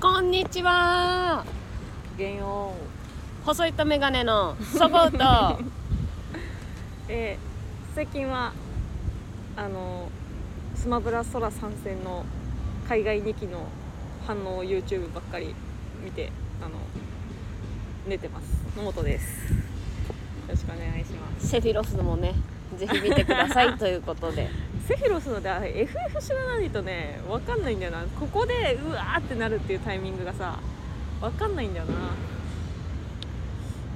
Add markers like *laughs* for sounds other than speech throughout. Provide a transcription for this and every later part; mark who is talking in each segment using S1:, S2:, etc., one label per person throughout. S1: こんにちは
S2: 原音
S1: 細いとメガネのそごうとは *laughs*
S2: で最近はあのスマブラ空参戦の海外2期の反応を YouTube ばっかり見てあの寝てます野本ですよろしくお願いしま
S1: セフィロスもねぜひ見てくださ *laughs* いということで
S2: すセフィロスのであれ FF 知らないとねわかんないんだよなここでうわーってなるっていうタイミングがさわかんないんだよな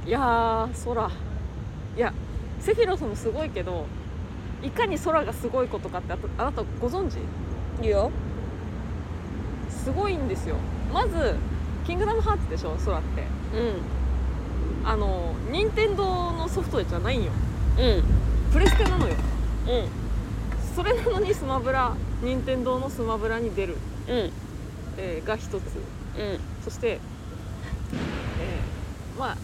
S2: いやー空いやセフィロスもすごいけどいかに空がすごいことかってあとあなたご存知
S1: いいよ
S2: すごいんですよまず「キングダムハーツ」でしょ空って
S1: う
S2: あの任天堂のソフトじゃないんよ
S1: んうん
S2: プレステなのよ
S1: うん
S2: それなのにスマブラ任天堂のスマブラに出る、
S1: うん
S2: えーが一つ
S1: うん
S2: そして、えーまあ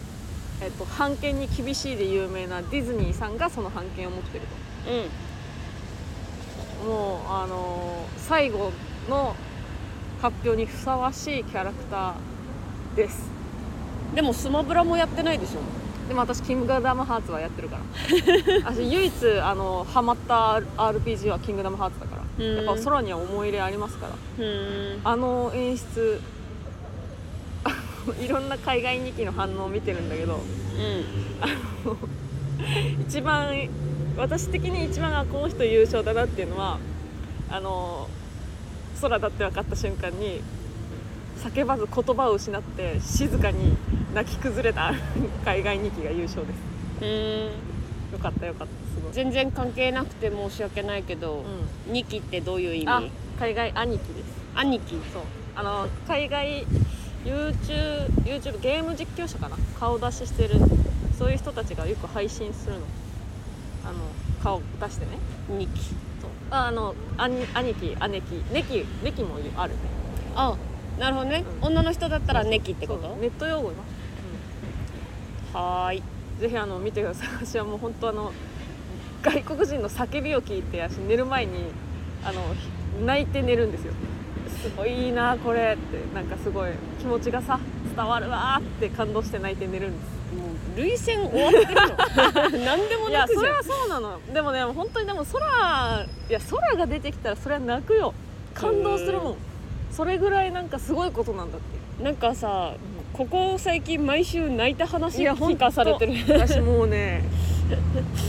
S2: えっと版権に厳しいで有名なディズニーさんがその版権を持ってると
S1: うん
S2: もうあのー最後の発表にふさわしいキャラクターです
S1: でもスマブラもやってないでしょ
S2: でも私キングダムハーツはやって
S1: *laughs*
S2: るから私唯一あのハマった RPG はキングダムハーツだから
S1: うん
S2: やっぱ空には思い入れありますから
S1: うん
S2: あの演出 *laughs* いろんな海外日記の反応を見てるんだけど
S1: うん
S2: 一番私的に一番あこの人優勝だなっていうのはあの空だって分かった瞬間に叫ばず言葉を失って静かに泣き崩れた海外日記が優勝です
S1: うん
S2: よかったよかったすごい、
S1: 全然関係なくて申し訳ないけど、ニキってどういう意
S2: あ
S1: 味
S2: 海外兄貴です
S1: 兄貴
S2: そうあの海外 YouTube, YouTube ゲーム実況者かな顔出ししてるそういう人たちがよく配信するのあの顔出してね
S1: ニキ
S2: そうああの兄兄貴姉貴ネキネキもあるね
S1: あなるほどね、
S2: うん
S1: 女の人だったらネキってこ
S2: そうそう
S1: と
S2: ネット用語な、
S1: はーい
S2: ぜひあの見てください私はもう本当あの外国人の叫びを聞いて私寝る前にあの泣いて寝るんですよすごいいいなこれってなんかすごい気持ちがさ伝わるわーって感動して泣いて寝るんです
S1: もう類線終わってるの *laughs* 何でも
S2: い
S1: な
S2: や
S1: くじ
S2: そ
S1: ゃん
S2: れはそうなのでもね本当にでも空いや空が出てきたらそれは泣くよ感動するも
S1: うん
S2: それぐらいなんかすごいことなんだって
S1: なんかさ
S2: うん
S1: ここ最近毎週泣いた話聞かされてる *laughs*
S2: ほんと私もうね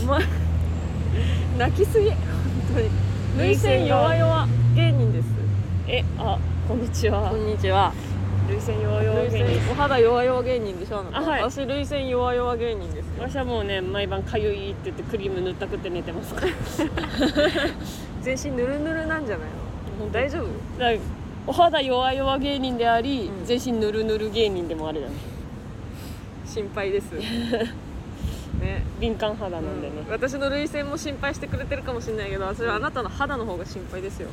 S2: ま *laughs* 泣きすぎ本当に涙
S1: 涙
S2: 腺
S1: 腺
S2: 弱
S1: 弱
S2: 々芸人です
S1: えあこんにちは
S2: んにちは
S1: 類線弱々芸
S2: 涙
S1: 人
S2: 腺お肌弱々芸人でしょあなた
S1: あはい
S2: 私涙腺弱々芸人ですよ
S1: 私はもうね毎晩かゆいって言ってクリーム塗ったくって寝てます
S2: *laughs*
S1: から
S2: 全身ぬるぬるなんじゃないの大丈夫
S1: だからお肌弱々芸人であり、
S2: うん
S1: 全身ぬるぬる芸人でもあるじゃん
S2: 心配 *laughs* ですね
S1: 敏感肌なんでね、
S2: うん私の涙腺も心配してくれてるかもしれないけど私はあなたの肌の方が心配ですよ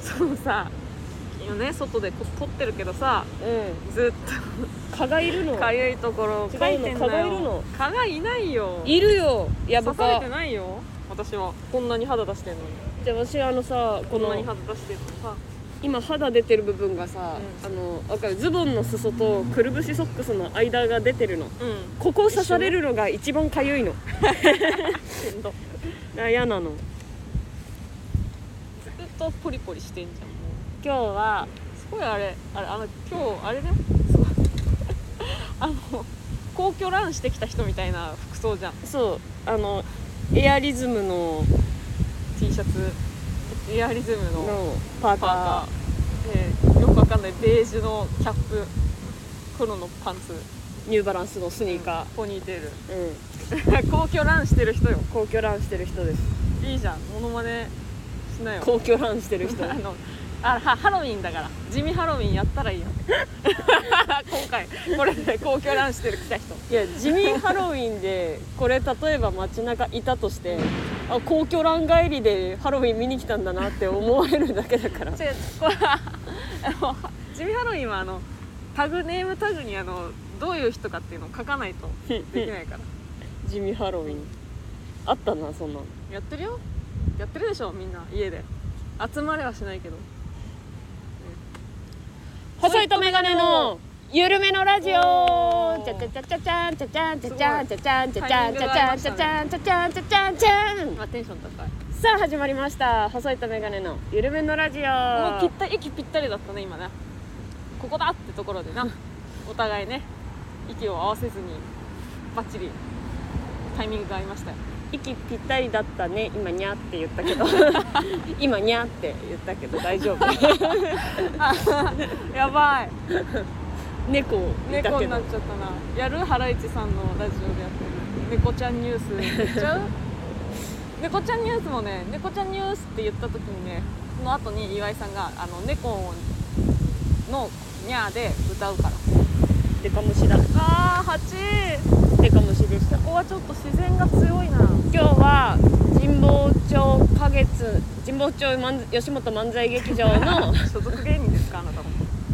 S2: そのさよね外でこ撮ってるけどさ
S1: う
S2: ずっ
S1: ん
S2: と
S1: 蚊がいるの
S2: かゆいところを
S1: 違うの
S2: 書いてんだよ
S1: 蚊がいるの
S2: 蚊がいないよ
S1: いるよやば
S2: 刺されて
S1: か
S2: ないよ私はこんなに肌出してんのに
S1: じゃあ私あのさこ
S2: こんなに
S1: の
S2: 肌出してんのにさ
S1: 今肌出てる部分がさ、
S2: うん
S1: あのわかるズボンの裾とくるぶしソックスの間が出てるの
S2: うん
S1: ここ刺されるのが一番かゆい *laughs* の
S2: しんど
S1: あ嫌なの
S2: ずっとポリポリしてんじゃんも
S1: 今日は
S2: うすごいあれあれあの今日あれねすごい *laughs* あの皇居ランしてきた人みたいな服装じゃん
S1: そうあのエアリズムの
S2: T シャツエアリズムの
S1: のパーカ
S2: パ
S1: ー
S2: ーカーでよくわかんないベージュのキャップ黒のパンツ
S1: ニューバランスのスニーカ
S2: ポニーテール
S1: ー、うん
S2: *laughs* 皇居ランしてる人よ
S1: 皇居ランしてる人です
S2: いいじゃんモノマネしなよ
S1: 皇居ランして *laughs* る人
S2: あのあはハロウィンだから地味ハロウィンやったらいいよ *laughs* 今回これで公共ランしてる来た人
S1: いや地味ハロウィンでこれ例えば街中いたとしてあ皇居ラン帰りでハロウィン見に来たんだなって思われるだけだ *laughs* から
S2: 違うこれあの地味ハロウィンはあのタグネームタグにあのどういう人かっていうのを書かないとできないから
S1: 地味ハロウィンあったなそんなの
S2: やってるよやってるでしょみんな家で集まれはしないけど
S1: 細
S3: ガネの緩めのラジオチャチャチャチャチャンチャチャンチャチャンチャチャンチャチャンチャチャチャンチャチャンチャチャンチャチャンチャン
S2: あテンション高い
S3: さあ始まりました細いとメガネの緩めのラジ
S2: もうぴ
S3: オ
S2: ったり息ぴったりだったね今ねここだってところでなお互いね息を合わせずにバッチリタイミングが合いましたよ
S1: 息ぴったりだったね今にゃって言ったけど今にゃって言ったけど大丈夫
S2: やばい
S1: 猫いた
S2: 猫
S1: け
S2: にな
S1: ど
S2: っちゃったなやるハライチさんのラジオでやってる猫ちゃんニュースやっち *laughs* ゃう猫ちゃんニュースもね猫ちゃんニュースって言った時にねその後に岩井さんがあの猫のニャーで歌うから
S1: デカムシだ
S2: あー8
S1: デカムシでした
S2: ここはちょっと自然が強いな
S1: 今日は神保町花月神保町漫才吉本漫才劇場の
S2: 所属芸人ですかあなたも、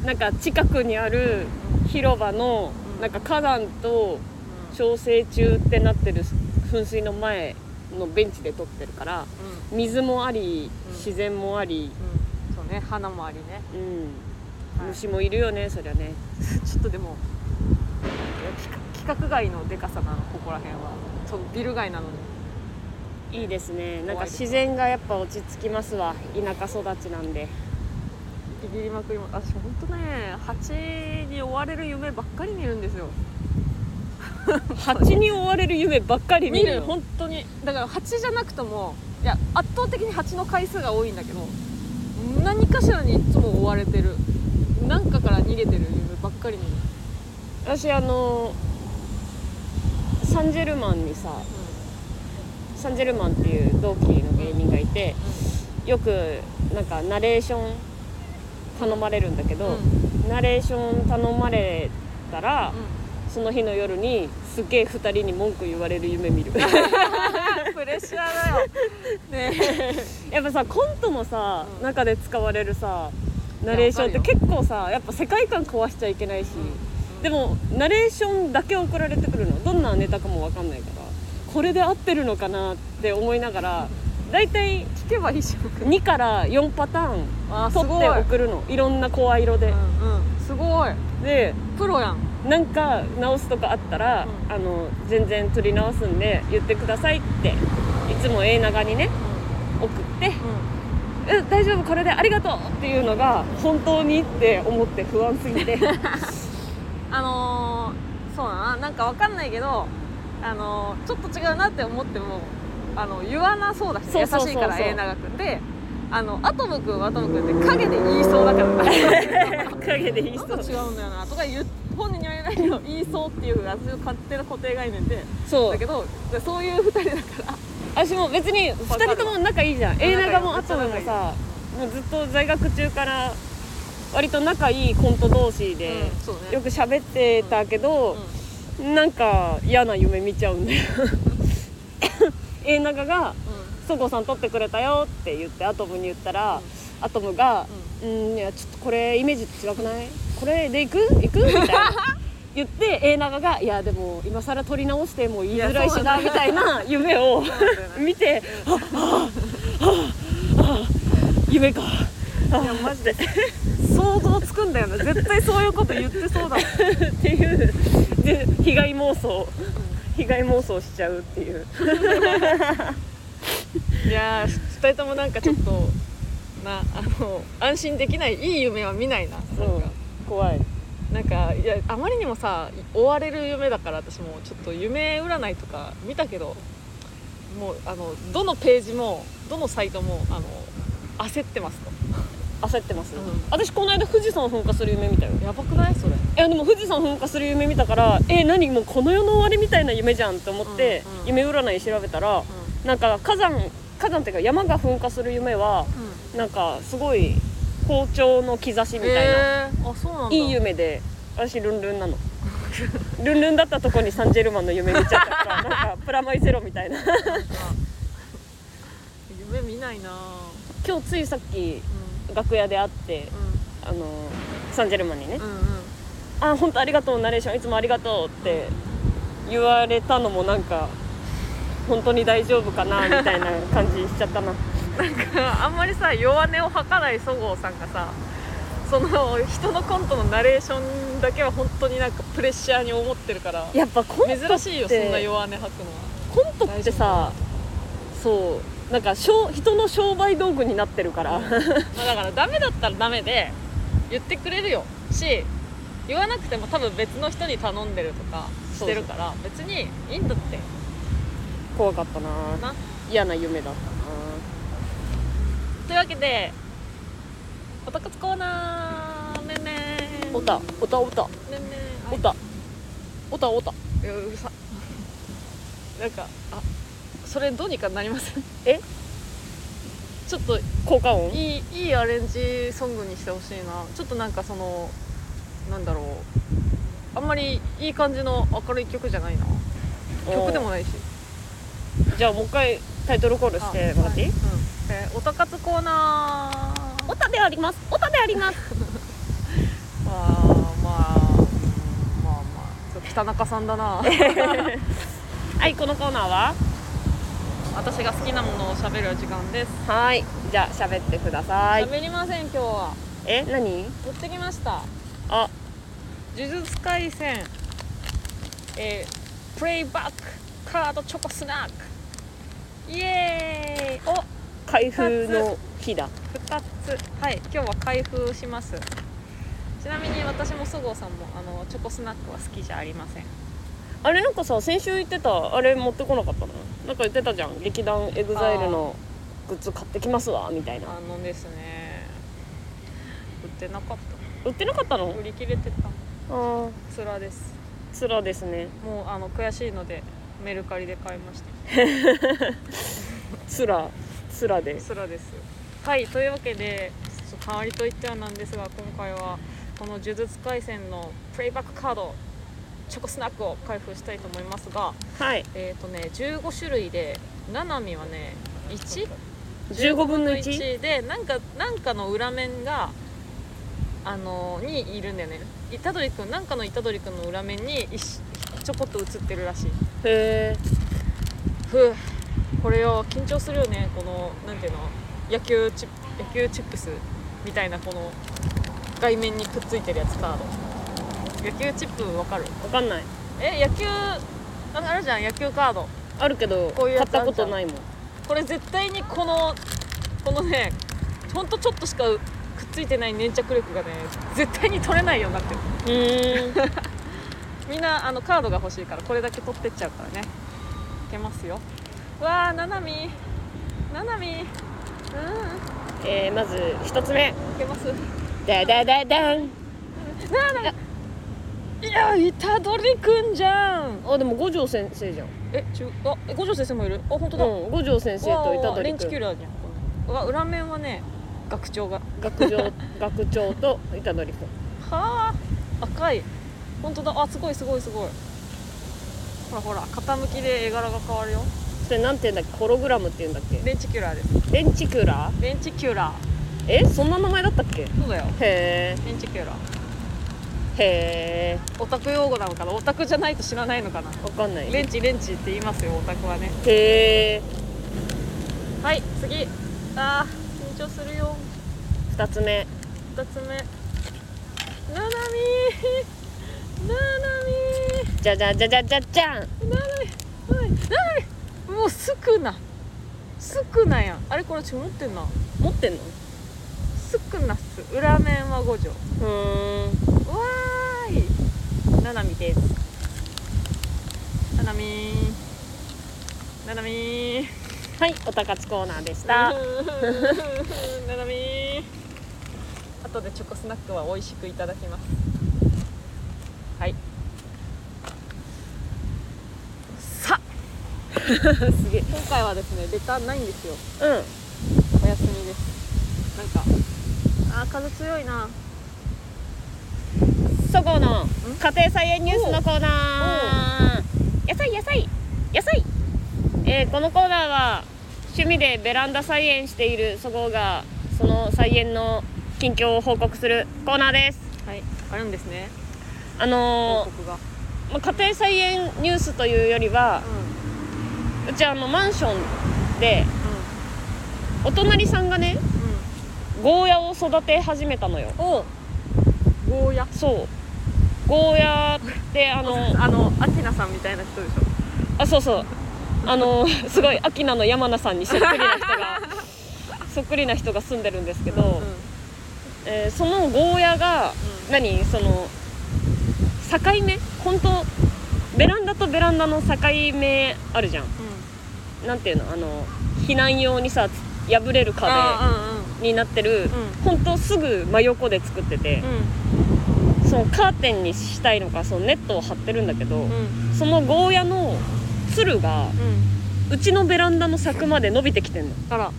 S1: なんか近くにある広場の
S2: うん
S1: なんか花壇と調整中ってなってる噴水の前のベンチで撮ってるから
S2: うんうん
S1: 水もあり
S2: うん
S1: 自然もあり、
S2: そうね花もありね、
S1: うん、
S2: はい
S1: 虫もいるよねそりゃね
S2: ちょっとでもいや規格規格外のでかさなのここら辺はそうビル街なのに
S1: いいですねなんか
S2: 怖いです
S1: 自然がやっぱ落ち着きますわ田舎育ちなん
S2: *laughs*
S1: で
S2: ビビりまくりま私ほんとね蜂に追われる夢ばっかり見るんですよ
S1: 蜂に追われる夢ばっかり見る
S2: 本当にだから蜂じゃなくともいや圧倒的に蜂の回数が多いんだけど何かしらにいつも追われてる何かから逃げてる夢ばっかり見る、
S1: 私あのサンジェルマンにさサンジェルマンっていう同期の芸人がいてよくなんかナレーション頼まれるんだけ
S2: うん
S1: ど、
S2: うん
S1: ナレーション頼まれたら、
S2: う
S1: その日の夜にすげえ2人に文句言われる夢
S2: *laughs*
S1: 見る
S2: ん、プレッシャーだよ。ね
S1: やっぱさコントのさ、
S2: うん
S1: 中で使われるさナレーションって
S2: いやわかる
S1: 結構さやっぱ世界観壊しちゃいけないし、でもナレーションだけ送られてくるのどんなネタかも分かんないからこれで合ってるのかなって思いながら大体
S2: 聞けばいいじゃん。
S1: 2から4パターン
S2: あーす
S1: 撮
S2: ごい。
S1: って送るのいろんな声色で、
S2: うんうん、すごい。
S1: で
S2: プロやん。
S1: なんか直すとかあったら、
S2: うん
S1: あの全然撮り直すんで言ってくださいっていつも A 長にね送って「うん大丈夫これでありがとう!」っていうのが本当にって思って不安すぎ
S2: *laughs*
S1: て
S2: あのー、そうだな、なんかわかんないけど、あのー、ちょっと違うなって思っても、あの言わなそうだし、
S1: そう
S2: ね、
S1: そうそうそう
S2: 優しいから永長くんで、あのアトムくんはアトムくんって影で言いそうだから。
S1: 陰で言い
S2: な
S1: そ
S2: んか
S1: う
S2: 違うんだよなとか言う本人には言えないけど言いそうっていう私の勝手な固定概念で
S1: そう
S2: だけどそういう二人だから
S1: 私も別に2人とも仲いいじゃん
S2: かる
S1: A 長もアトムもさもうずっと在学中から割と仲いいコント同士で
S2: うんそうね
S1: よく喋ってたけど、なんか嫌な夢見ちゃうんだよ A 長が
S2: うんうん
S1: 「そごさん撮ってくれたよ」って言ってアトムに言ったら、アトムが「うんいやちょっとこれイメージと違くないこれで行く行 *laughs* く?」みたいな言って A 長が「いやでも今更撮り直しても言いづらいしな」みたいな夢を *laughs* 見て「あああああ夢か」
S2: いやマ
S1: *laughs*
S2: ジで想像つくんだよな絶対そういうこと言ってそうだも
S1: っ
S2: ん
S1: ていうで被害妄想被害妄想しちゃうっていう
S2: いやー2人ともなんかちょっとな *laughs* あの安心できないいい夢は見ないな
S1: そう怖い
S2: なんかいやあまりにもさ追われる夢だから私もちょっと夢占いとか見たけどもうあのどのページもどのサイトもあの焦ってますと
S1: 焦ってます、
S2: うん
S1: 私この間富士山噴火する夢見たよ
S2: やばくないそ
S1: い
S2: れ
S1: やでも富士山噴火する夢見たからえ何もうこの世の終わりみたいな夢じゃんって思って、
S2: うんうん
S1: 夢占い調べたらなんか火山火山っていうか山が噴火する夢は
S2: うん、
S1: なんかすごい好調の兆しみたいな、
S2: えー、あそうなんだ
S1: いい夢で私ルンルンなの *laughs* ルンルンだったとこにサンジェルマンの夢見ちゃった
S2: *laughs*
S1: からなんかプラマイゼロみたいな
S2: なんか夢見ないなあ
S1: 今日ついさっき
S2: う
S1: 楽屋で会って
S2: んうん
S1: あのサンジェルマンにね
S2: うんうん
S1: 「あ本当ありがとうナレーションいつもありがとう」って言われたのもなんか本当に大丈夫かなみたいな感じしちゃったな
S2: *laughs* あんまりさ弱音を吐かないそごうさんがさその人のコントのナレーションだけは本当になんかプレッシャーに思ってるから
S1: *laughs* やっぱコント
S2: 珍しいよそ
S1: って
S2: んな弱音吐くのは
S1: コントってさそうなんか商人の商売道具になってる *laughs* から、
S2: まあだからダメだったらダメで言ってくれるよし言わなくても多分別の人に頼んでるとかしてるから別にいいんだって
S1: 怖かったな
S2: な
S1: 嫌な夢だったな
S2: というわけでおたかつコーナーめんめん
S1: おたおたおた
S2: めんめん
S1: おたおたおた
S2: いやうるさなんかあそれどうにかなりません
S1: え
S2: ちょっと
S1: 効果音
S2: いいいいアレンジソングにしてほしいなちょっとなんかそのなんだろうあんまりいい感じの明るい曲じゃないな曲でもないし
S1: じゃあもう一回タイトルコールしてもらっていい、
S2: うんえー、おたかつコーナー
S1: おたでありますおたであります
S2: まあまあうんまあまあちょっと北中さん
S1: *laughs*
S2: だな
S1: はいこのコーナーは
S2: 私が好きなものを喋る時間です
S1: はいじゃあ喋ってください
S2: 喋りません今日は
S1: え何
S2: 持ってきました
S1: あ
S2: 呪術廻戦えー、プレイバックカードチョコスナックイエーイお
S1: 開封の日だ
S2: 2つはい今日は開封しますちなみに私もそごうさんもあのチョコスナックは好きじゃありません
S1: あれなんかさ先週言ってたあれ持ってこなかったのなんか言ってたじゃん劇団エグザイルのグッズ買ってきますわみたいな
S2: あのですね売ってなかっ
S1: 売ってなかった
S2: た
S1: の
S2: 売り切れてた
S1: あ
S2: つらです
S1: あつらですね
S2: もうあの悔しいのでメルカリで買いました
S1: つらつらで
S2: 空ですはいというわけでちょっと代わりといってはなんですが今回はこの「呪術廻戦」のプレイバックカードチョコスナックを開封したいと思いますが
S1: はい
S2: えっ、とね15種類でななみはね1
S1: 15分の 1?
S2: 1でなんかなんかの裏面があのにいるんだよね虎杖君なんかの虎杖君の裏面に一しちょこっと映ってるらしい
S1: へえ
S2: ふうこれよ緊張するよねこのなんていうの野球チップ野球チップスみたいなこの外面にくっついてるやつカード野球チップわかる
S1: わかんない
S2: え野球ああるじゃん野球カード
S1: あるけど
S2: こう
S1: 買
S2: いうや
S1: っ
S2: つ
S1: たことないもん
S2: これ絶対にこのこのねほんとちょっとしかうくっついてない粘着力がね絶対に取れないようになってる
S1: うーん
S2: みんなあのカードが欲しいからこれだけ取ってっちゃうからねいけますよわあななみななみうん
S1: *laughs* えー、まず1つ目
S2: いけます
S1: ダダダダン
S2: いやいたどりくんじゃん
S1: あでも五条先生じゃん
S2: え中あえ五条先生もいるあ本当だ、
S1: うん五条先生と
S2: わあ
S1: 虎
S2: レ
S1: 杖
S2: ンチキュ
S1: 君
S2: ラーじゃんこんなうわ裏面はね学長が
S1: 学長 *laughs* 学長と虎杖君
S2: はあ赤い本当だあすごいすごいすごいほらほら傾きで絵柄が変わるよ
S1: それなんて言うんだっけホログラムって言うんだっけ
S2: レンチキュラーです
S1: レンチキュラー
S2: レンチキュラー
S1: えそんな名前だったっけへ
S2: そうだよ
S1: え
S2: レンチキュラ
S1: へ
S2: ー
S1: え
S2: オタク用語なのかなオタクじゃないと知らないのかな
S1: わかんない
S2: レ
S1: へ
S2: ンチレンチって言いますよオタクはね
S1: え
S2: はい次あー緊張するよ
S1: 2つ目
S2: 二つ目ななみななみ
S1: じゃじゃじゃじゃじゃじゃん
S2: ななみはいななみもうすくなすくなやんあれこれち持ってんな
S1: 持ってんの
S2: すくなっす裏面は五条わ
S1: うーん
S2: ーいななみですななみななみ
S1: はいおたかつコーナーでし
S2: な
S1: た
S2: *laughs* なみ後でチョコスナックは美味しくいただきますはいさ
S1: *laughs*
S2: あ
S1: すげえ
S2: 今回はですねレターないんですよ
S1: うん
S2: お休みですなんかあー風強いな
S1: そごうの家庭菜園ニュースのコーナー野菜野菜野菜、えーこのコーナーは趣味でベランダ菜園しているそごうがその菜園の近況を報告するコーナーです
S2: はいあるんですね
S1: あ
S2: 報
S1: の
S2: 告が
S1: ーまあ家庭菜園ニュースというよりは
S2: うんう
S1: う
S2: ん
S1: ちあのマンションでお隣さんがねゴーヤを育て始めたのよ
S2: おゴーヤ
S1: そうゴーヤーって
S2: *laughs*
S1: あの
S2: あのアキナさんみたいな人でしょ
S1: あそうそうあのすごいアキナの山名さんにそっくりな人がそっくりな人が住んでるんですけど、
S2: うんうん
S1: えーそのゴーヤが、何その境目本当ベランダとベランダの境目あるじゃんなんていうのあの避難用にさつ破れる壁
S2: あ
S1: になってる、本当すぐ真横で作ってて
S2: うんう、ん
S1: そのカーテンにしたいのかそのネットを張ってるんだけど、
S2: うん
S1: そのゴーヤのつるが
S2: うんうん
S1: うちのベランダの柵まで伸びてきてんの
S2: から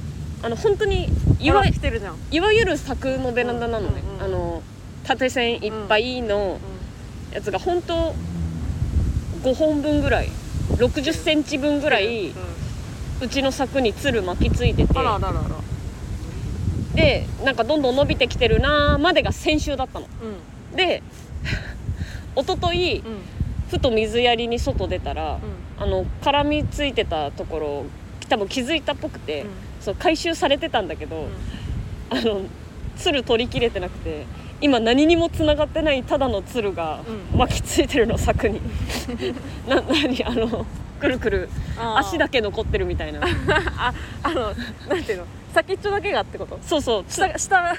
S1: あの本当にい
S2: 今
S1: わ
S2: 来てるじゃん、うん、
S1: いわゆる柵のベランダなのね、
S2: うんうんうん
S1: あの縦線いっぱいのやつが本当5本分ぐらい6 0ンチ分ぐらい
S2: うん
S1: うちの柵につる巻きついてて
S2: あらあらあらあら
S1: でなんかどんどん伸びてきてるなーまでが先週だったの
S2: うん
S1: で *laughs* 一昨日
S2: うん
S1: ふと水やりに外出たら、あの絡みついてたところ多分気づいたっぽくて、
S2: うん
S1: そう回収されてたんだけど、
S2: ん
S1: あの鶴取り切れてなくて今何にもつながってないただの鶴が
S2: うん
S1: 巻きついてるの柵
S2: *laughs*
S1: にな何あのくるくる
S2: あー
S1: 足だけ残ってるみたいな
S2: あのなんていうの先っちょだけがってこと
S1: そう
S2: *laughs*
S1: そうつ
S2: 下下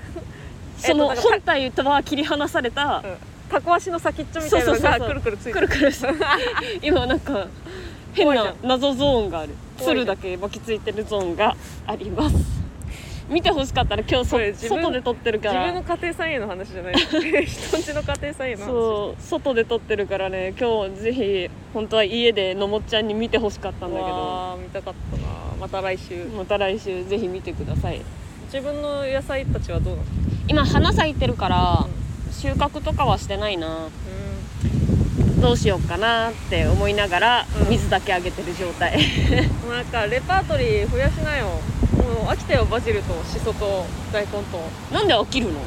S1: その
S2: えっとな
S1: 本体とは切り離された、
S2: うんタコ足の先っちょみたいなの
S1: そうそう
S2: が
S1: そうそう
S2: くるくるついて
S1: くるくる *laughs* 今なんか変
S2: 怖
S1: ない
S2: じ
S1: 謎ゾーンがある
S2: 怖いじ
S1: 鶴
S2: ゃん
S1: だけ巻きついてるゾーンがあります見てほしかったら今日そ
S2: これ自分
S1: 外で撮ってるか
S2: 自分の
S1: ら
S2: 家庭菜園の話じゃ *laughs* ない人んちの家庭菜園の話
S1: そう外で撮ってるからね今日ぜひ本当は家でのもっちゃんに見てほしかったんだけど
S2: わあ見たかったなまた来週
S1: また来週ぜひ見てください
S2: 自分の野菜たちはどうなの
S1: 今花咲いてるから収穫とかはしてないなどうしようかなって思いながら
S2: うん
S1: 水だけあげてる状態 *laughs*
S2: うんなんかレパートリー増やしなよもう飽きたよバジルとシソと大根と
S1: なんで飽きるのな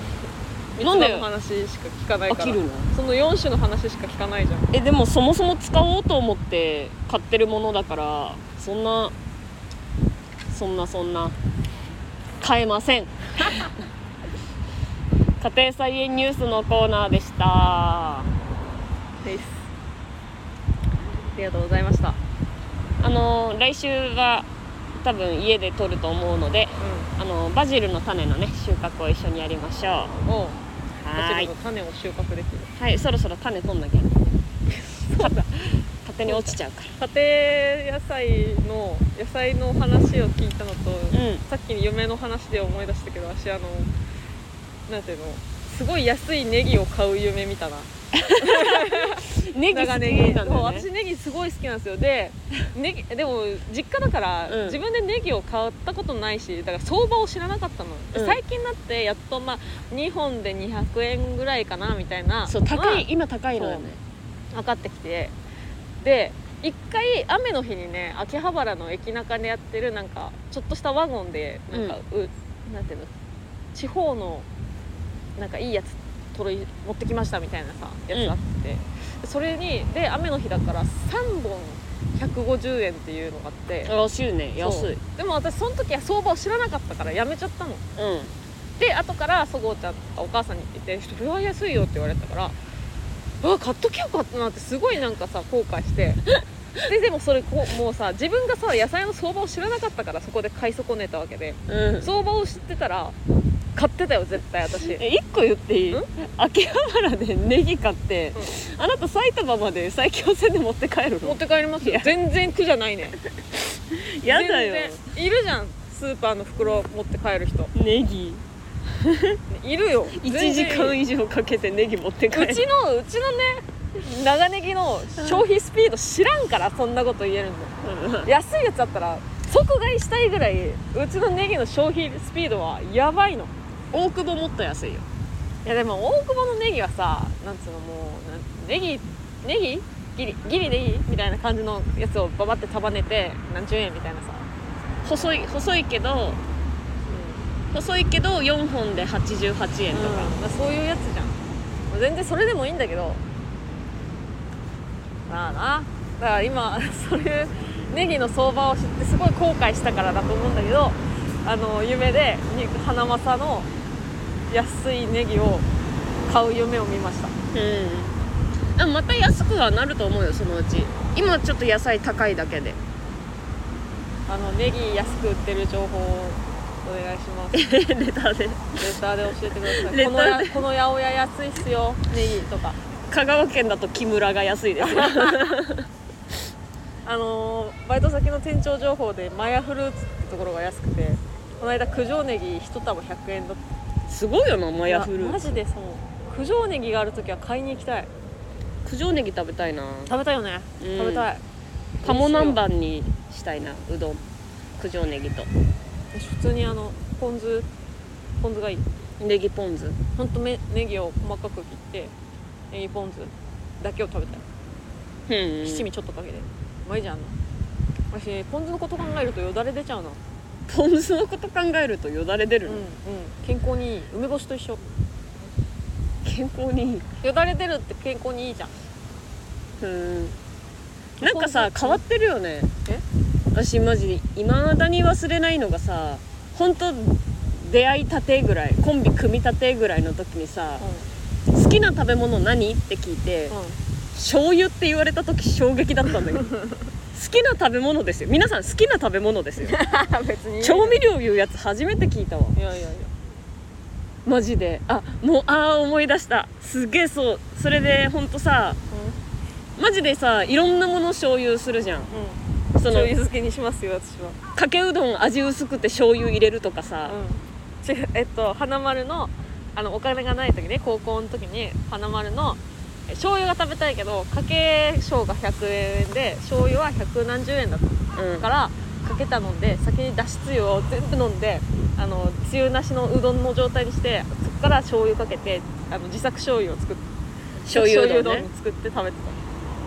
S2: 三
S1: ん
S2: つ
S1: で
S2: 葉の話しか聞かない
S1: 飽
S2: か
S1: き
S2: ら
S1: るの
S2: その4種の話しか聞かないじゃん
S1: えでもそもそも使おうと思って買ってるものだからそんなそんなそんな買えま *laughs* せん家庭菜園ニュースのコーナーでした
S2: ですありがとうございました
S1: あの来週は多分家で取ると思うので
S2: う
S1: あのバジルの種のね収穫を一緒にやりましょうん
S2: おうバ
S1: は
S2: ジ
S1: い
S2: ルの種を収穫できる
S1: はいそろそろ種取んなきゃね勝手に落ちちゃうか
S2: 家庭野菜の野菜の話を聞いたのと、
S1: らうん
S2: さっきに嫁の話で思い出したけど私あのなんていうのすごい安いネギを買う夢見たな
S1: ネギ好きな
S2: 長
S1: んだ
S2: ネギ、
S1: よ
S2: そう
S1: ね
S2: 私ネギすごい好きなんですよで *laughs* ネギでも実家だから、
S1: うん
S2: 自分でネギを買ったことないしだから相場を知らなかったの、で
S1: うん
S2: 最近になってやっとまあ2本で200円ぐらいかなみたいな
S1: そう高い
S2: ま
S1: 今高いのよね
S2: あ分かってきてで一回雨の日にね秋葉原の駅中でやってるなんかちょっとしたワゴンでなんか、うなんていうの地方のなんかいいやつ取り持ってきましたみたいなさやつあって、それにで雨の日だから3本150円っていうのがあって
S1: 安いね安い
S2: そうでも私その時は相場を知らなかったからやめちゃったの
S1: うん
S2: で後からそごうちゃんとかお母さんに言ってて「それは安いよ」って言われたから「あ買っときゃよかったな」ってすごいなんかさ後悔して *laughs* ででもそれこうもうさ自分がさ野菜の相場を知らなかったからそこで買い損ねたわけで
S1: うん
S2: 相場を知ってたら買ってたよ絶対私
S1: え一個言っていい
S2: ん
S1: 秋葉原でネギ買って、あなた埼玉まで埼京線で持って帰る
S2: 持っ
S1: の
S2: て帰ります
S1: い
S2: よ
S1: や
S2: 全然苦じゃないね
S1: やだよ
S2: 全然いるじゃんスーパーの袋持って帰る人
S1: ネギ
S2: いるよ
S1: 1時間以上かけてネギ持って帰
S2: う
S1: る
S2: ちのうちのね長ネギの消費スピード知らんからそんなこと言えるんだよ安いやつだったら即買いしたいぐらいうちのネギの消費スピードはやばいの
S1: *laughs* 大久保もっと安いよ
S2: いやでも大久保のネギはさなんつうのもうなんネギネギギリギリでいいみたいな感じのやつをババって束ねて何十円みたいなさ、
S1: 細い細いけど細いけど4本で88円
S2: と
S1: と
S2: か
S1: か、
S2: まあそういうやつじゃんもう全然それでもいいんだけどまあなだから今 *laughs* そういうネギの相場を知ってすごい後悔したからだと思うんだけどあの夢でに花正の安いネギを買う夢を見ました
S1: うんでもまた安くはなると思うよそのうち今ちょっと野菜高いだけで *laughs*
S2: あのネギ安く売ってる情報をお願いしますレ
S1: ネタで
S2: ターで教えてくださ
S1: レ
S2: い
S1: ター
S2: このや *laughs*
S1: で
S2: この八百屋安いっすよネギとか
S1: 香川県だと木村が安いですよ
S2: あのーバイト先の店長情報でマヤフルーツってところが安くてこの間九条ネギ1束100円だった
S1: すごいよなマヤフル
S2: マジでそう九条ネギがある時は買いに行きたい
S1: 九条ネギ食べたいな
S2: 食べたいよね、
S1: うん
S2: 食べたい
S1: 鴨南蛮にしたいなうどん九条ネギと
S2: 私普通にあのポン酢ポン酢がいい
S1: ネギポン酢
S2: ほんとめネギを細かく切ってネギポン酢だけを食べたい
S1: うん
S2: 七味ちょっとかけてうまいじゃんあんな私ポン酢のこと考えるとよだれ出ちゃうな
S1: ポン酢のこと考えるとよだれ出る
S2: うん
S1: の、
S2: うん健康にいい梅干しと一緒
S1: 健康にいい
S2: よだれ出るって健康にいいじゃん
S1: うんなんかさ変わってるよね
S2: え
S1: 私マジいまだに忘れないのがさ本当出会いたてぐらいコンビ組みたてぐらいの時にさ「
S2: う
S1: 好きな食べ物何?」って聞いて、
S2: んうん
S1: 醤油って言われた時衝撃だったんだけど
S2: *laughs*
S1: 好きな食べ物ですよ皆さん好きな食べ物ですよ
S2: *laughs* 別に
S1: 調味料いうやつ初めて聞いたわ
S2: いやいやいや
S1: マジであもうああ思い出したすげえそうそれでほんとさマジでさいろんなもの醤油するじゃん
S2: うんうん
S1: そ
S2: 醤
S1: の
S2: 油漬けにしますよ私は
S1: かけうどん味薄くて醤油入れるとかさ、
S2: うん、違う *laughs* えっと花丸のあのお金がない時ね高校の時に花丸のえ醤油が食べたいけどかけ醤が100円で醤油は100何十円だった
S1: うん
S2: からかけたので先にだしつゆを全部飲んであのつゆなしのうどんの状態にしてそこから醤油かけてあの自作醤油を作って
S1: 醤油うどんね
S2: に作って食べて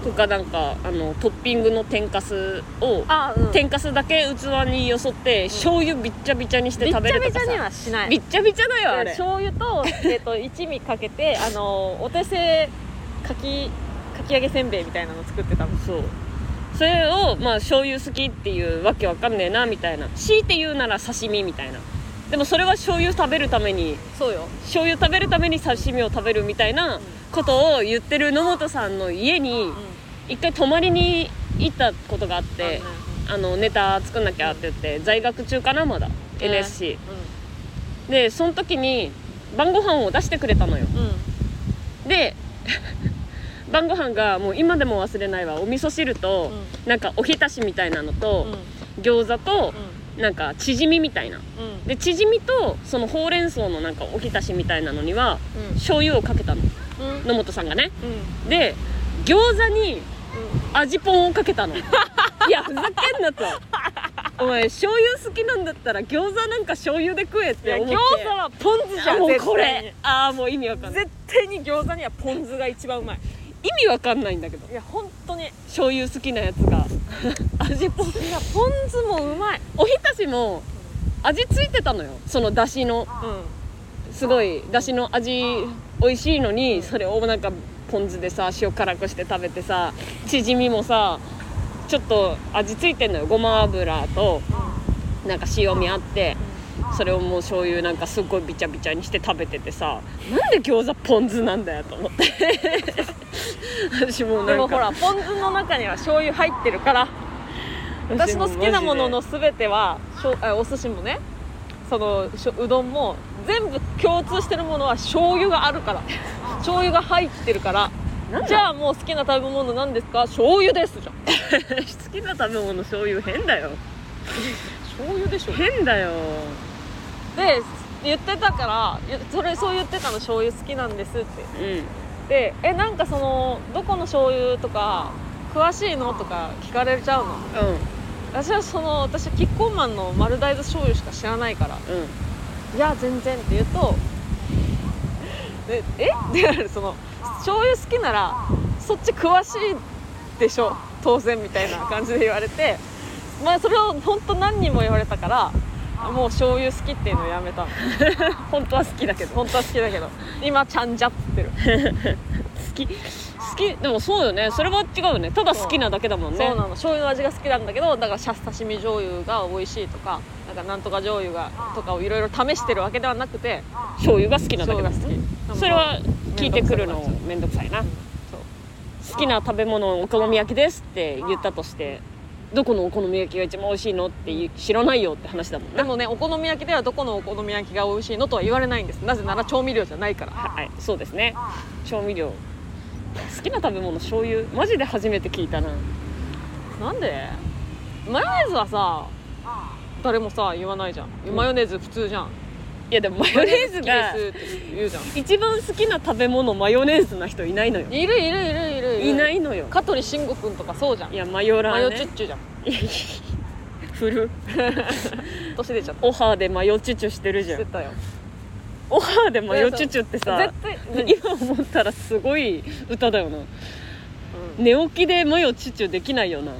S1: とかなんかあのトッピングの天かすを
S2: たあうん
S1: 天かすだけ器によそって、醤油びっちゃびちゃにして
S2: びっちゃ
S1: 食べる
S2: び
S1: と
S2: ち
S1: か
S2: ゃに
S1: さ
S2: はしない
S1: びっちゃびちゃだよあれ
S2: 醤油
S1: *laughs*
S2: と、えっと一味かけてあのお手製かきかき揚げせんべいみたいなの作ってたの
S1: そうそれをまあ醤油好きっていうわけわかんねえなみたいな強いて言うなら刺身みたいなでもそれは醤油食べるために
S2: そうよ
S1: 醤油食べるために刺身を食べるみたいなことを言ってる野本さんの家に一回泊まりに行ったことがあってあのネタ作んなきゃって言って在学中かなまだ NSC でその時に晩ご飯を出してくれたのよ
S2: うんうん
S1: で *laughs* 晩ご飯がもう今でも忘れないわお味噌汁と、なんかおひたしみたいなのと、餃子と、なんかチヂミみたいなでチヂミとそのほうれん草のなんかおひたしみたいなのには醤油をかけたの野本さんがねで餃子に味ぽんをかけ
S2: *laughs*
S1: たのいやふざけんなとお前醤油好きなんだったら餃子なんか醤油で食えっ
S2: いや
S1: て思っ
S2: 餃
S1: て
S2: 子はポン酢じゃん
S1: もう
S2: 絶
S1: こ
S2: 対
S1: れ
S2: に
S1: ああもう意味わかんない
S2: 絶対に餃子にはポン酢が一番うまい
S1: 意味わかんないんだけど
S2: いや本当にい
S1: 醤油好きなやつが味ぽん
S2: やポン酢もうまい
S1: おひたしも味ついてたのよそのだしのすごいだしの味美味しいのにそれをなんかポン酢でさ塩辛くして食べてさチヂミもさちょっと味ついてんのよごま油となんか塩味あってそれをもう醤油なんかすごいびちゃびちゃにして食べててさなんで餃子ポン酢なんだよと思って *laughs* 私もう
S2: で
S1: な
S2: も
S1: ん
S2: ほ
S1: から
S2: ポン酢の中には醤油入ってるから私の好きなものの全てはしょあお寿司もねそのしょうどんも全部共通してるものは醤油があるから醤油が入ってるから
S1: なんだ
S2: じゃあもう好きな食べ物なんですか醤油ですじゃん
S1: *laughs* 好きな食べ物醤油変だよ
S2: 醤油でしょで
S1: 変だよ
S2: 言ってたからいやそれそう言ってたの醤油好きなんですって
S1: うん
S2: でえなんかそのどこの醤油とか詳しいのとか聞かれちゃうの
S1: うん
S2: 私はその私はキッコーマンの丸大豆醤油しか知らないから
S1: うん
S2: いや全然って言うとええってなるその醤油好きならそっち詳しいでしょ当然みたいな感じで言われてまあそれを本当何人も言われたからもう醤油好きっていうのをやめたの
S1: *laughs* 本当は好きだけど
S2: 本当は好きだけど今ちゃんじゃって言ってる
S1: 好き好きでもそうよねそれは違うよねただ好きなだけだもんね
S2: そうなの醤油の味が好きなんだけどだからシャス刺身醤油が美味しいとかなんかなんとか醤油がとかをいろいろ試してるわけではなくて
S1: 醤油が好きなだ
S2: 醤
S1: け
S2: 油
S1: だもんね
S2: が好き
S1: それは聞いてくるのめんどくさいな好きな食べ物お好み焼きですって言ったとしてどこのお好み焼きが一番美味しいのって言う知らないよって話だもん
S2: で
S1: ね
S2: もねお好み焼きではどこのお好み焼きが美味しいのとは言われないんですなぜなら調味料じゃないから
S1: はいそうですね調味料好きな食べ物醤油マジで初めて聞いたな
S2: なんでマヨネーズはさ誰もさ言わないじゃん
S1: うん
S2: マヨネーズ普通じゃん
S1: いやでもマヨネーズが
S2: 好きですって言うじゃん
S1: 一番好きな食べ物マヨネーズな人いないのよ
S2: いるいるいるいる
S1: いないいのよ
S2: 香取慎吾くんとかそうじゃん
S1: いやマヨラ
S2: マ
S1: ー
S2: ヨ
S1: ね
S2: チュッチュじゃん
S1: フル
S2: 年出ちゃった
S1: オハーでマヨチュチュしてるじゃ
S2: 出
S1: ん
S2: たよ
S1: オハーでマヨチュチュってさ
S2: 絶対何
S1: 今思ったらすごい歌だよな寝起きでマヨチュチュできないよな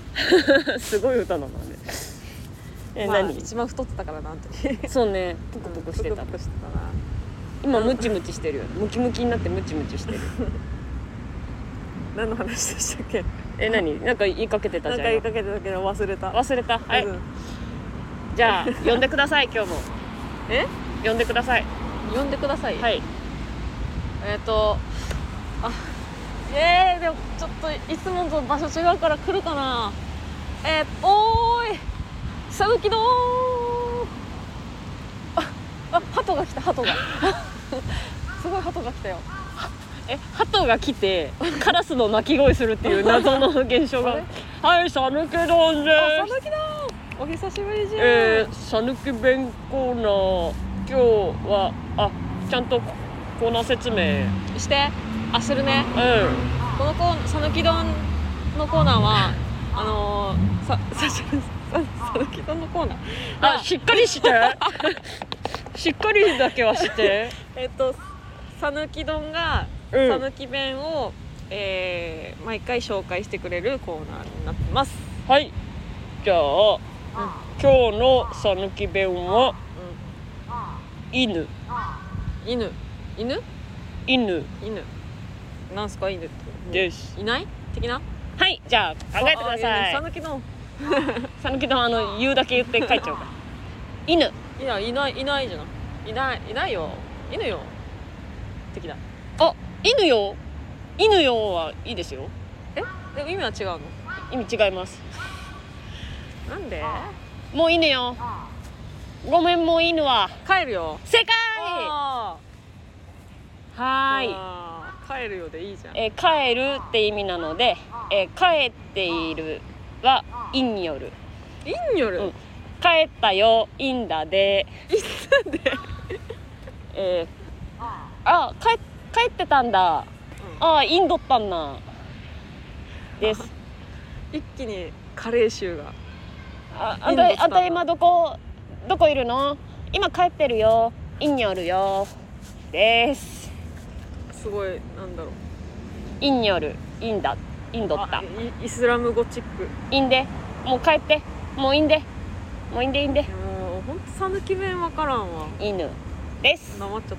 S1: *laughs* すごい歌だなあれえ、
S2: まあ
S1: 何
S2: 一番太ってたからなあの時
S1: そうねポコポコしてた
S2: ぷくぷくしてたな
S1: 今ムチムチしてるよムキムキになってムチムチしてる
S2: 何の話でしたっけ
S1: え何なんか言いかけてた
S2: 何
S1: じ
S2: か
S1: ゃん
S2: 言いかけてたけど忘れた
S1: 今忘れたはい、
S2: うん
S1: じゃあ呼んでください今日も
S2: え
S1: 呼んでください
S2: 呼んでください
S1: はい
S2: えっ、とあえー、でもちょっといつもと場所違うから来るかなえー、おーいさぬきのーああ鳩が来た鳩が *laughs* すごい鳩が来たよ
S1: え鳩が来てカラスの鳴き声するっていう謎の現象
S2: あ
S1: が
S2: れ
S1: 「はいさぬき丼で
S2: あさ
S1: す
S2: ぬきだーお久しぶりじ」ゃん、
S1: えー「さぬき弁コーナー今日はあちゃんとコーナー説明
S2: してあするね
S1: うん
S2: このコーさぬき丼のコーナーはあのー、ささささぬき丼のコーナー
S1: あしっかりしてしっかりだけはして
S2: えっとさぬき丼が
S1: うん
S2: さぬき弁を、えー毎回紹介してくれるコーナーになってます、
S1: はいじゃあ、今日のさぬき弁は犬
S2: うん、犬犬
S1: 犬
S2: 犬なんすか犬って
S1: です
S2: いない的な
S1: はいじゃあ考えてくださ
S2: さ
S1: い
S2: ぬき丼
S1: さぬき丼あの言うだけ言って書いちゃうから犬
S2: いやいないいないじゃないいないいないよ犬よ的な
S1: あ犬よ犬よはいいですよ
S2: えでも意味は違うの
S1: 意味違います
S2: なんで
S1: もう犬よごめんもう犬は
S2: 帰るよ
S1: 正解
S2: は
S1: はーい
S2: い帰るよでいいじゃん
S1: えー帰るって意味なので、えー帰っているは「い」による
S2: いんよる、
S1: うん「帰ったよいいんだで」「えーあ帰帰ってたんだあインドったんな」です
S2: 一気にカレー臭が
S1: あ
S2: イ
S1: あ
S2: ンド
S1: た
S2: 来たんだ
S1: あた今どこどこいるの今帰ってるよインにおるよです
S2: すごいなんだろう
S1: インにおるインだインドった
S2: あイイスラム語チック
S1: いいんでもう帰ってもういいんでもういいんでいいんで
S2: いやもうほんとさぬき弁わからんわ
S1: 犬です
S2: なまっちゃ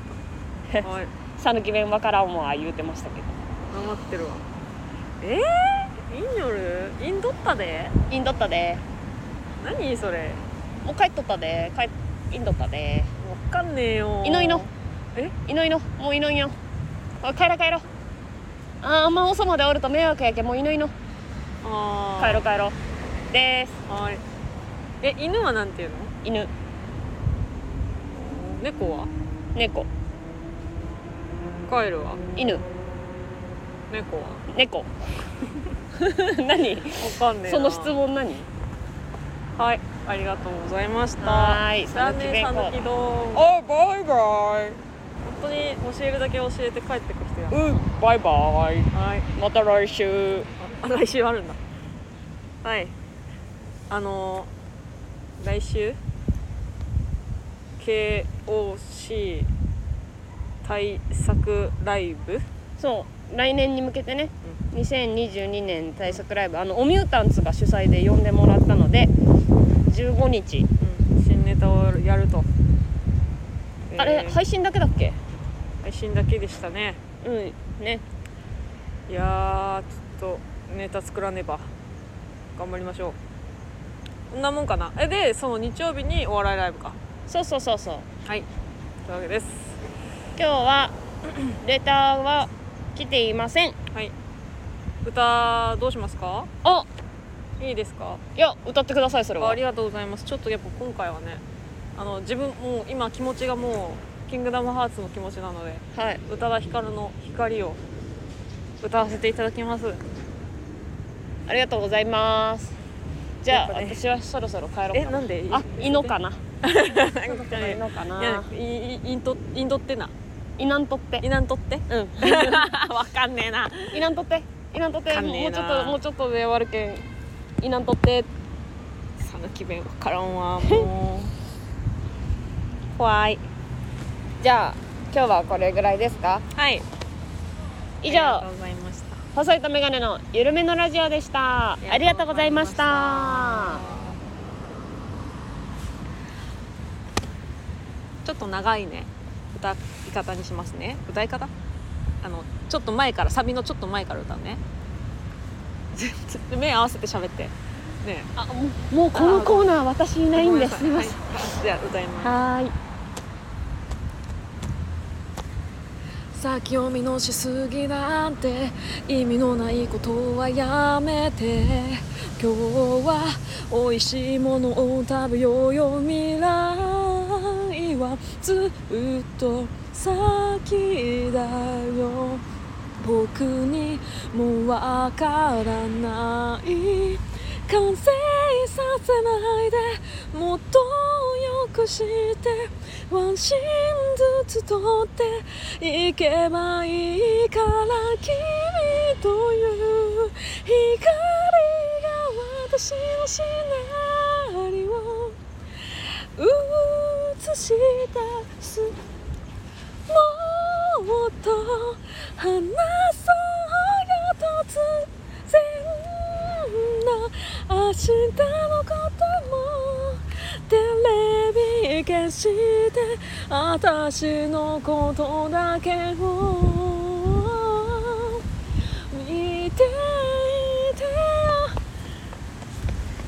S2: ったはい
S1: さぬき弁わからんわ言うてましたけど
S2: なまってるわえー、インよるインドったで
S1: インドったで
S2: 何それ
S1: もう帰っとったで帰っインドったで
S2: わかんねえよ
S1: いのいの
S2: え
S1: いのいのもういのいのおい帰ろう帰ろうあーあんま遅までおると迷惑やけもういのいの
S2: あー
S1: 帰ろう帰ろうです
S2: はいえ犬はなんていうの
S1: 犬
S2: 猫は
S1: 猫
S2: 帰るわ
S1: 犬
S2: 猫はわ
S1: *laughs* 猫何
S2: かんねえな
S1: その質問何
S2: はいありがとうございました
S1: はーい
S2: さぬき
S1: さ
S2: さ
S1: ぬ
S2: ぬ
S1: き
S2: きど本
S1: おいバイバ
S2: 当に教えるだけ教えて帰ってく人や
S1: イうんバイバイ
S2: はい
S1: また来週
S2: あ来週あるんだはいあのー、来週 KOC 対策ライブ
S1: そう来年に向けてね2022年対策ライブあのオミュータンツが主催で呼んでもらったので15日
S2: うん新ネタをやると、
S1: あ
S2: え
S1: れ
S2: ー
S1: 配信だけだっけ
S2: 配信だけでしたね
S1: うんね
S2: いやーちょっとネタ作らねば頑張りましょうこんなもんかなえでその日曜日にお笑いライブか
S1: そうそうそうそう
S2: はいというわけです
S1: 今日は *clears throat*
S3: レターは来ていません
S2: はい歌どうしますか
S3: あ
S2: いいですか
S3: いや歌ってくださいそれ
S2: あ
S3: は
S2: ありがとうございますちょっとやっぱ今回はねあの自分もう今気持ちがもう「キングダムハーツ」の気持ちなので
S3: はい
S2: 宇多田ヒカルの「光」を歌わせていただきます
S3: ありがとうございますじゃ
S2: やっ
S3: あ、
S2: ぱね
S3: 私はそろそろ帰ろ
S2: え
S3: うかな
S2: な
S3: ん
S2: で
S3: あ犬かな
S2: なんかね
S1: のか
S2: いや
S1: な。
S2: いいインドインドってな
S3: イナンとって
S2: イナンとって
S3: うん
S2: わかんねえな
S3: イナンとってイナンとって
S2: わかんね
S3: も
S2: え
S3: うちょ
S2: な
S3: っともうちょっとで終わるけんイナンとって
S2: さぬき弁わからんわもう怖い
S3: じゃあ今日はこれぐらいですか
S2: はい
S3: 以
S2: ありが
S3: 上
S2: とうございました
S3: 細いとメガネのゆるめのラジオでしたありがとうございました
S2: ちょっと長いね歌い方にしますね歌い方あのちょっと前からサビのちょっと前から歌うね目合わせて喋ってねえ
S1: あ、もう、もうこのコーナー私いないんです。すみません。
S2: はいじゃあ歌います
S1: はーい。
S2: 先を見のしすぎなんて意味のないことはやめて今日は美味しいものを食べようよ未来はずっと先だよ僕にもうわからない完成させないでもっとよくしてワンシーンずつ撮っていけばいいから君という光が私のシナリオ映し出すもっと話そうよ突然の明日のこともテレビ消して私のことだけを見ていてよ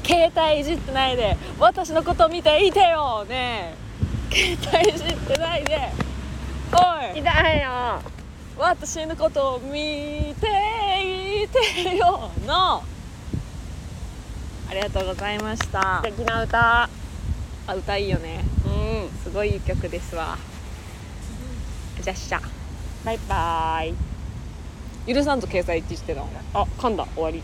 S2: 携帯いじってないで私のこと見ていてよねえ携帯いじってないでおい
S3: いたいよ
S2: 私のことを見ていてよのありがとうございました
S3: 素敵な歌
S2: あ歌いいよね
S3: うん
S2: すごいいい曲ですわじゃっしゃ
S3: バイバイ
S2: 許さんと掲載一致しての
S3: あ噛んだ終わり